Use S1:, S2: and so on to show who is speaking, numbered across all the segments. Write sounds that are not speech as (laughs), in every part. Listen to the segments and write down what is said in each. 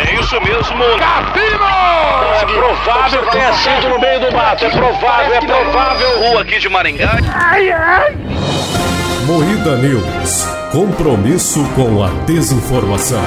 S1: É isso mesmo. Capino! É provável que tenha sido no meio do mato. É provável, é provável. Rua aqui de Maringá.
S2: Moída News. Compromisso com a desinformação.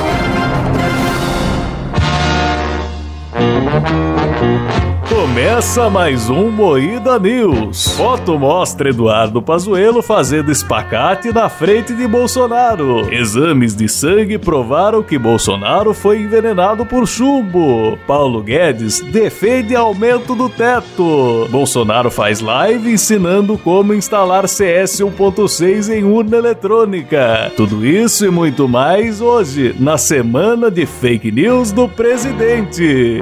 S3: Começa mais um Moída News. Foto mostra Eduardo Pazuello fazendo espacate na frente de Bolsonaro. Exames de sangue provaram que Bolsonaro foi envenenado por chumbo. Paulo Guedes defende aumento do teto. Bolsonaro faz live ensinando como instalar CS 1.6 em urna eletrônica. Tudo isso e muito mais hoje, na semana de fake news do presidente.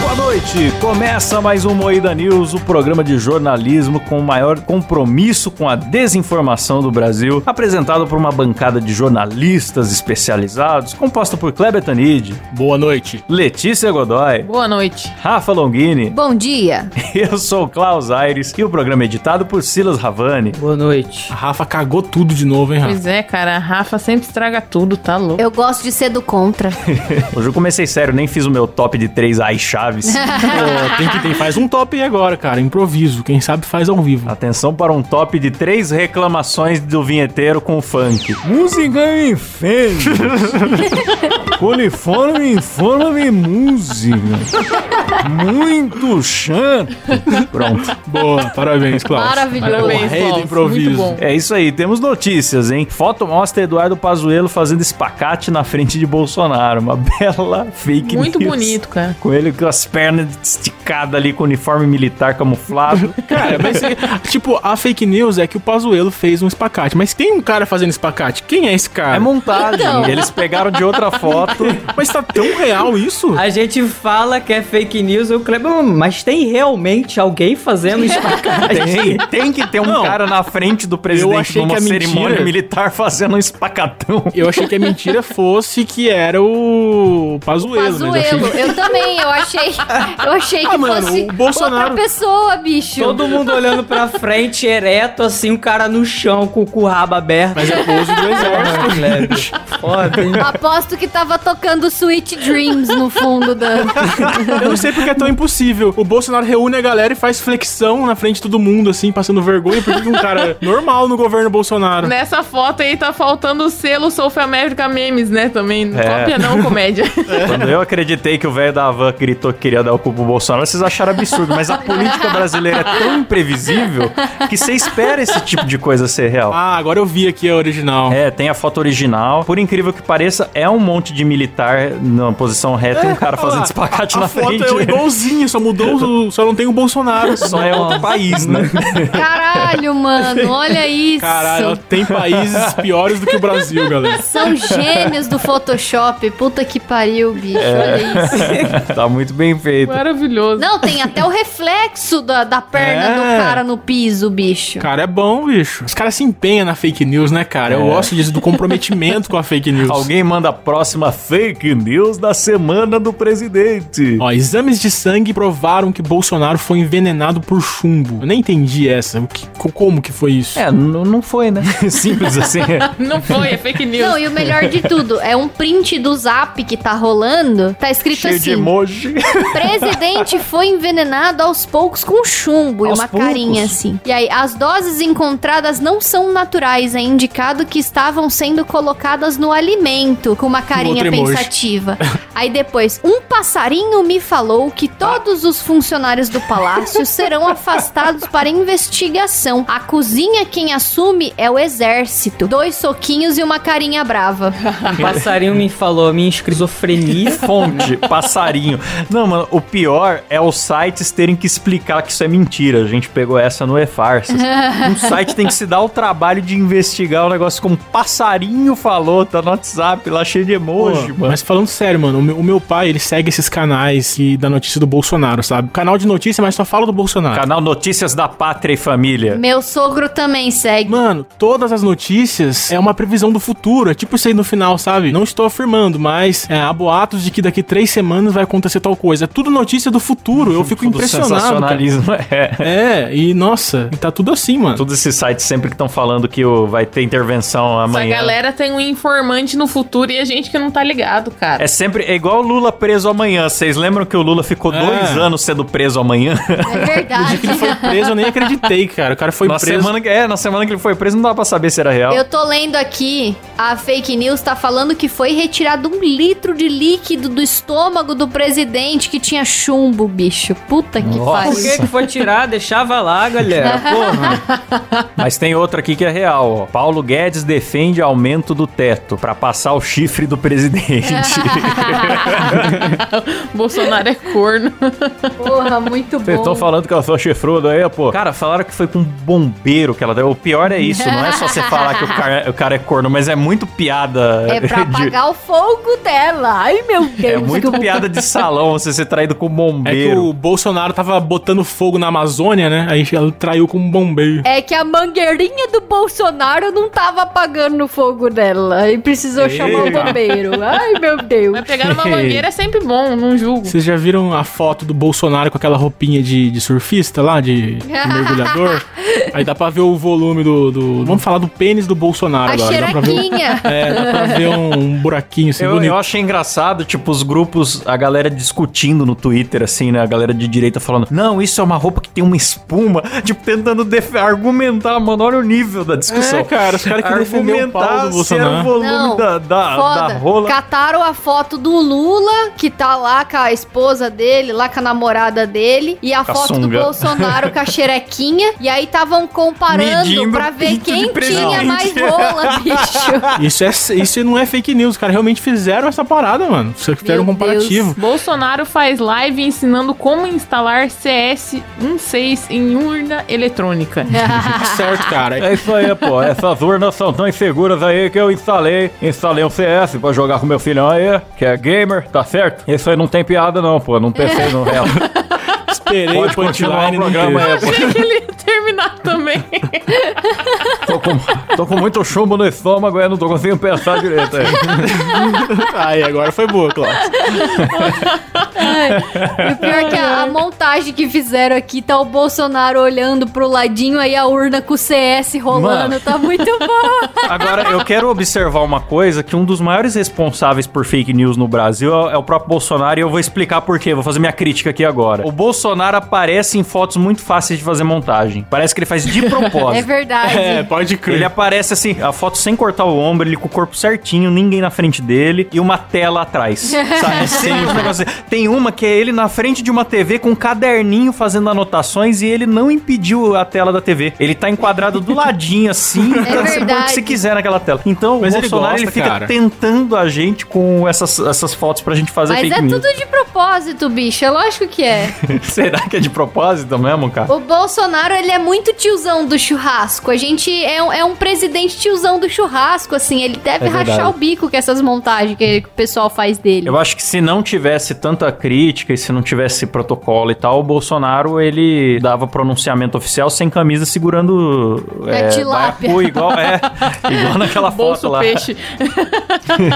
S3: Boa noite! Começa mais um Moída News, o programa de jornalismo com o maior compromisso com a desinformação do Brasil, apresentado por uma bancada de jornalistas especializados, composta por Kleber Tanid,
S4: Boa noite.
S3: Letícia Godoy,
S5: Boa noite.
S3: Rafa Longini, (laughs)
S5: Bom dia.
S3: eu sou o Klaus Aires e o programa é editado por Silas Ravani.
S6: Boa noite.
S4: A Rafa cagou tudo de novo, hein, Rafa?
S5: Pois é, cara, a Rafa sempre estraga tudo, tá louco.
S7: Eu gosto de ser do
S4: (laughs)
S7: contra.
S3: Hoje eu comecei sério, nem fiz o meu top de três ai chaves.
S5: é.
S4: Pô, tem que ter. Faz um top aí agora, cara. Improviso. Quem sabe faz ao vivo.
S3: Atenção para um top de três reclamações do vinheteiro com funk.
S8: Música me
S5: (laughs)
S8: fez. Coliforme, informe, música. Muito chato.
S3: Pronto.
S4: Boa. Parabéns, Klaus.
S5: Maravilhoso.
S4: Parabéns, Rei do
S5: Klaus.
S4: improviso.
S5: Muito bom.
S3: É isso aí, temos notícias, hein? Foto mostra Eduardo Pazuello fazendo espacate na frente de Bolsonaro. Uma bela fake
S5: Muito
S3: news.
S5: bonito, cara.
S3: Com ele com as pernas esticadas ali, com o uniforme militar camuflado.
S4: Cara, mas é- tipo, a fake news é que o Pazuello fez um espacate. Mas tem um cara fazendo espacate. Quem é esse cara?
S3: É montagem.
S5: Então.
S3: Eles pegaram de outra
S5: (laughs)
S3: foto.
S4: mas tá tão real isso?
S6: A gente fala que é fake news, eu Kleber, mas tem realmente alguém fazendo espacate?
S3: Tem, tem que ter um
S4: Não.
S3: cara na frente do presidente
S4: Eu achei
S3: numa
S4: que a mentira-
S3: cerimônia militar fazendo um espacatão.
S4: Eu achei que a mentira fosse que era o Pazuello. né? Já
S7: Pazuelo.
S4: achei-
S7: Eu também, eu
S4: (laughs)
S7: achei. Eu achei que
S4: Ah, mano,
S7: fosse
S4: o Bolsonaro-
S7: outra pessoa, bicho.
S6: Todo mundo olhando pra frente, ereto, assim, o cara no chão, com o currabo aberto.
S4: Mas é pose do exército.
S6: Ah, Kleber, Foda,
S7: (laughs)
S6: hein?
S7: Aposto que tava tocando Sweet Dreams no fundo da.
S4: (laughs) Eu não sei porque é tão impossível. O Bolsonaro reúne a galera e faz flexão na frente de todo mundo, assim, passando vergonha. Por que que
S3: (laughs)
S4: um cara normal no governo Bolsonaro?
S5: Nessa foto aí tá faltando o selo South America Memes, né? Também. Não
S3: É.
S5: Cópia
S3: (laughs)
S5: não, comédia.
S4: É.
S3: Quando eu acreditei que o velho da Havan gritou que queria dar o cu pro Bolsonaro, vocês acharam absurdo. Mas a política brasileira é tão imprevisível que você espera esse tipo de coisa ser real.
S4: Ah, agora eu vi aqui a original.
S3: É, tem a foto original. Por incrível que pareça, é um monte de militar na posição reta e um cara fazendo espacate
S4: É. a
S3: na
S4: foto
S3: frente. né?
S4: é igualzinha, só mudou, o- só não tem o Bolsonaro.
S3: Só é outro país,
S4: (laughs)
S3: né?
S7: Caralho, mano, olha isso.
S4: Caralho, tem países piores do que o Brasil, galera.
S7: São gênios do Photoshop. Puta que pariu, bicho.
S4: É.
S7: Olha isso.
S3: tá muito bem feito.
S5: Maravilhoso.
S7: Não, tem até o reflexo da, da perna
S4: É.
S7: do cara no piso, bicho.
S4: Cara, é bom, bicho. Os caras se empenham na fake news, né, cara? Eu gosto disso, do comprometimento com a fake news.
S3: É. Alguém manda a próxima fake news da semana do presidente.
S4: Ó, exames de sangue provaram que Bolsonaro foi envenenado por chumbo. Eu nem entendi essa. O que- co- como que foi isso?
S3: É, n- não foi, né? (laughs) Simples assim.
S5: Não foi, é fake news.
S7: Não, e o melhor de tudo, é um print do zap que tá rolando. Tá escrito
S3: Cheio de
S7: assim:
S3: emoji.
S7: Presidente foi envenenado aos poucos com chumbo
S3: Aos
S7: e uma
S3: poucos?
S7: carinha assim. E aí, as doses encontradas não são naturais, é indicado que estavam sendo colocadas no alimento, com uma carinha
S4: outro emoji. (laughs)
S7: pensativa. aí depois, um passarinho me falou que todos os funcionários do palácio serão afastados para investigação. A cozinha quem assume é o exército. Dois soquinhos e uma carinha brava.
S4: (laughs)
S6: Um passarinho me falou, minha esquizofrenia.
S3: (laughs) Fonte, passarinho. Não, mano, o pior é os sites terem que explicar que isso é mentira. A gente pegou essa no
S4: (laughs)
S3: E-Farsas. Um site tem que se dar o trabalho de investigar o negócio como passarinho falou, tá no WhatsApp lá cheio de
S4: Pô,
S3: emoji, mano.
S4: mas falando sério, mano, o meu, o meu pai, ele segue esses canais que dá notícia do Bolsonaro, sabe? Canal de notícia, mas só fala do Bolsonaro.
S3: Canal Notícias da Pátria e Família.
S7: Meu sogro também segue.
S4: Mano, todas as notícias é uma previsão do futuro. É tipo isso aí no final, sabe? Não estou afirmando, mas é, há boatos de que daqui três semanas vai acontecer tal coisa. É tudo notícia do futuro. Eu fico
S3: do
S4: impressionado. cara.
S3: Uhum, sensacionalismo. (laughs) É.
S4: É, e nossa, tá tudo assim, mano.
S3: Todos esses sites sempre que estão falando que o- vai ter intervenção
S5: Essa
S3: amanhã.
S5: galera tem um informante no futuro e a gente que não tá ligado, cara.
S3: É sempre é igual o Lula preso amanhã. Vocês lembram que o Lula ficou
S4: É.
S3: dois anos sendo preso amanhã?
S7: É
S4: O dia
S7: verdade.
S4: que ele foi preso, eu nem acreditei, cara. O cara (laughs) foi
S3: na
S4: preso.
S3: semana que é, na semana que ele foi preso não dava pra saber se era real.
S7: Eu tô lendo aqui, a fake news tá falando que foi retirado um litro de líquido do estômago do presidente que tinha chumbo, bicho. Puta que
S3: Nossa.
S6: Por que,
S7: pariu.
S6: que foi tirar? Deixava lá, galera. Porra.
S3: Mas tem outra aqui que é real, ó. Paulo Guedes defende aumento do teto pra passar o chifre do presidente.
S5: Bolsonaro é
S3: (laughs)
S5: corno.
S7: Porra, muito
S3: Vocês estão falando que ela sou chifrudo aí, pô. Cara, falaram que foi com um bombeiro que ela deu. O pior é isso, não é só você falar que o cara, o cara é corno, mas é muito piada. (laughs)
S7: É pra
S3: de-
S7: apagar o fogo dela. Ai, meu Deus.
S3: É muito piada de salão você ser traído com
S4: É que
S3: bombeiro.
S4: o Bolsonaro tava botando fogo na Amazônia, né? Aí ela traiu com um bombeiro.
S7: É que a mangueirinha do Bolsonaro não tava apagando o fogo dela. E precisou chamar o bombeiro. Ai, meu Deus.
S5: Mas pegar uma mangueira é sempre bom, não julgo.
S4: Vocês já viram a foto do Bolsonaro com aquela roupinha de, de surfista lá,
S7: (laughs)
S4: de, de mergulhador? Aí dá pra ver o volume do, do- Vamos falar do pênis do Bolsonaro
S7: A
S4: agora. Dá pra ver,
S3: (laughs)
S7: xerequinha.
S4: é, dá pra ver um, um buraquinho assim,
S3: Eu,
S4: bonito.
S3: eu achei engraçado, tipo, os grupos, a galera discutindo no Twitter, assim, né? A galera de direita falando, não, isso é uma roupa que tem uma espuma. (laughs) Tipo, tentando def- argumentar, mano, olha o nível da discussão.
S4: É, cara, os caras que defendeu o pau do
S3: argumentar se era o
S4: Bolsonaro.
S3: volume
S7: Não,
S3: da, da,
S7: Foda.
S3: da rola.
S7: Cataram a foto do Lula, que tá lá com a esposa dele, lá com a namorada dele, e a
S3: Com a
S7: foto do
S3: sunga.
S7: Bolsonaro
S3: (laughs)
S7: com a xerequinha, e aí estavam comparando
S3: Medindo
S7: pra ver
S3: pinto de
S7: quem tinha
S3: presidente. (laughs)
S7: mais rola, bicho.
S4: Isso, é, isso não é fake news, os caras realmente fizeram essa parada, mano. Só que fizeram um
S7: Meu
S4: comparativo.
S5: Bolsonaro faz live ensinando como instalar CS16 em urna eletrônica.
S4: Tá certo, cara.
S3: É isso aí, pô. Essas urnas são tão inseguras aí que eu instalei. Instalei um CS pra jogar com meu filhão aí, que é gamer, tá certo? Isso aí não tem piada, não, pô. Não pensei no (laughs) real.
S4: Esperei o é- punchline no
S3: aí, pô.
S5: Achei que ele ia terminar
S4: (laughs)
S5: também.
S3: Tô com, tô com muito chumbo no estômago, eu não tô conseguindo pensar direito é. aí.
S4: Aí, agora foi boa, Cláudio.
S7: E o pior é que a, a montagem que fizeram aqui tá o Bolsonaro olhando pro ladinho, aí a urna com o CS rolando,
S3: Mano.
S7: tá
S3: (laughs)
S7: muito bom.
S3: Agora, eu quero observar uma coisa, que um dos maiores responsáveis por fake news no Brasil é o- é o próprio Bolsonaro, e eu vou explicar por quê, vou fazer minha crítica aqui agora. O Bolsonaro aparece em fotos muito fáceis de fazer montagem. Parece que ele faz de propósito.
S7: É verdade.
S4: É, pode crer.
S3: Ele aparece assim, a foto sem cortar o ombro, ele com o corpo certinho, ninguém na frente dele e uma tela
S7: (laughs)
S3: atrás. Sabe? Sempre um negócio assim. Tem uma que é ele na frente de uma TV com um caderninho fazendo anotações e ele não impediu a tela da TV. Ele tá enquadrado do ladinho
S7: (laughs)
S3: assim, pra você pôr o que
S7: É verdade.
S3: você quiser naquela tela. Então
S4: Mas
S3: o
S4: ele
S3: Bolsonaro ele,
S4: gosta,
S3: fica
S4: cara.
S3: tentando a gente com essas, essas fotos pra gente fazer
S7: Mas
S3: fake
S7: é
S3: news. (laughs)
S7: tudo de propósito, bicho. É lógico que é.
S3: Será que é de propósito mesmo, cara?
S7: O Bolsonaro, ele é muito tiozão do churrasco. A gente é, um- é um presidente tiozão do churrasco, assim. Ele deve
S3: É
S7: rachar
S3: verdade.
S7: o bico com essas montagens que o pessoal faz dele.
S3: Eu acho que se não tivesse tanta crítica e se não tivesse protocolo e tal, o Bolsonaro ele dava pronunciamento oficial sem camisa segurando
S7: É, tilápia.
S3: baiacu, igual
S7: (laughs)
S3: é, igual naquela foto
S5: Bolso
S3: lá.
S5: peixe.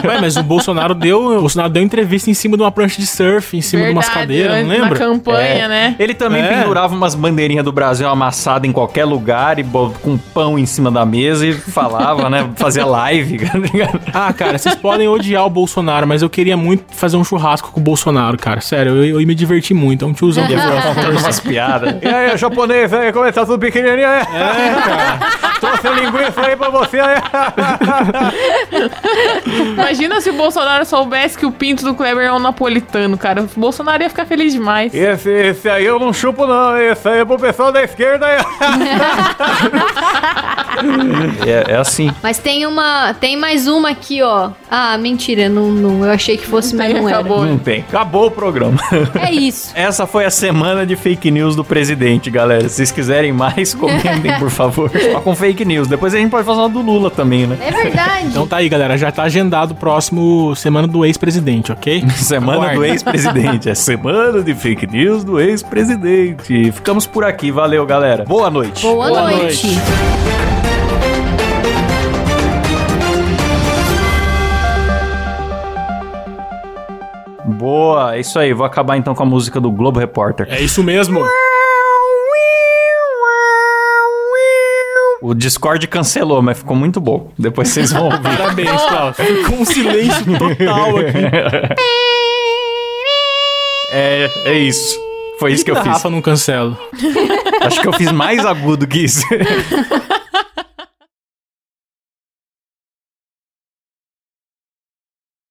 S4: Ué, mas o Bolsonaro deu, o Bolsonaro deu entrevista em cima de uma prancha de surf, em cima de umas cadeiras, não
S5: antes é, Na
S4: lembra?
S5: campanha,
S3: É.
S4: (laughs)
S5: né?
S3: Ele também
S4: É.
S3: pendurava umas bandeirinhas do Brasil amassada em qualquer lugar e bo- com pão em cima da mesa e falava, né? Fazia live. (laughs) tá ligado?
S4: Ah, cara, vocês podem odiar o Bolsonaro, mas eu queria muito fazer um churrasco com o Bolsonaro, cara. Sério, eu, eu ia me diverti muito. É um tiozão que
S3: (laughs) Contando umas piadas. E aí, japonês, aí, como é que tá tudo pequenininho? É, cara. Trouxe linguiça aí pra você. é? Aí.
S5: Imagina se o Bolsonaro soubesse que o pinto do Kleber é um napolitano, cara. O Bolsonaro ia ficar feliz demais.
S3: Esse, esse aí eu não chupo, não. Esse aí é pro pessoal da esquerda. (laughs) é, é assim.
S7: Mas tem uma. Tem mais uma aqui, ó. Ah, mentira, não, não. Eu achei que fosse, mas
S5: Aí
S7: não era.
S5: acabou.
S3: Não tem. Acabou o programa.
S7: É isso.
S3: Essa foi a semana de fake news do presidente, galera. Se vocês quiserem mais, comentem, por (laughs) favor. Só com fake news. Depois a gente pode falar do Lula também, né?
S7: É verdade.
S4: Então tá aí, galera. Já tá agendado o próximo Semana do Ex-Presidente, ok?
S3: Semana do ex-presidente. É semana de fake news do ex-presidente. Ficamos por aqui. Valeu, galera. Boa noite.
S7: Boa,
S4: Boa
S7: noite.
S4: noite.
S3: Boa, é isso aí. Vou acabar então com a música do Globo Repórter.
S4: É isso mesmo.
S3: O Discord cancelou, mas ficou muito bom. Depois vocês vão ouvir.
S4: Parabéns, Klaus. Ficou um silêncio total aqui.
S3: É, é isso. Foi isso que eu
S4: Eita,
S3: fiz.
S4: Rafa não cancela.
S3: Acho que eu fiz mais agudo que isso.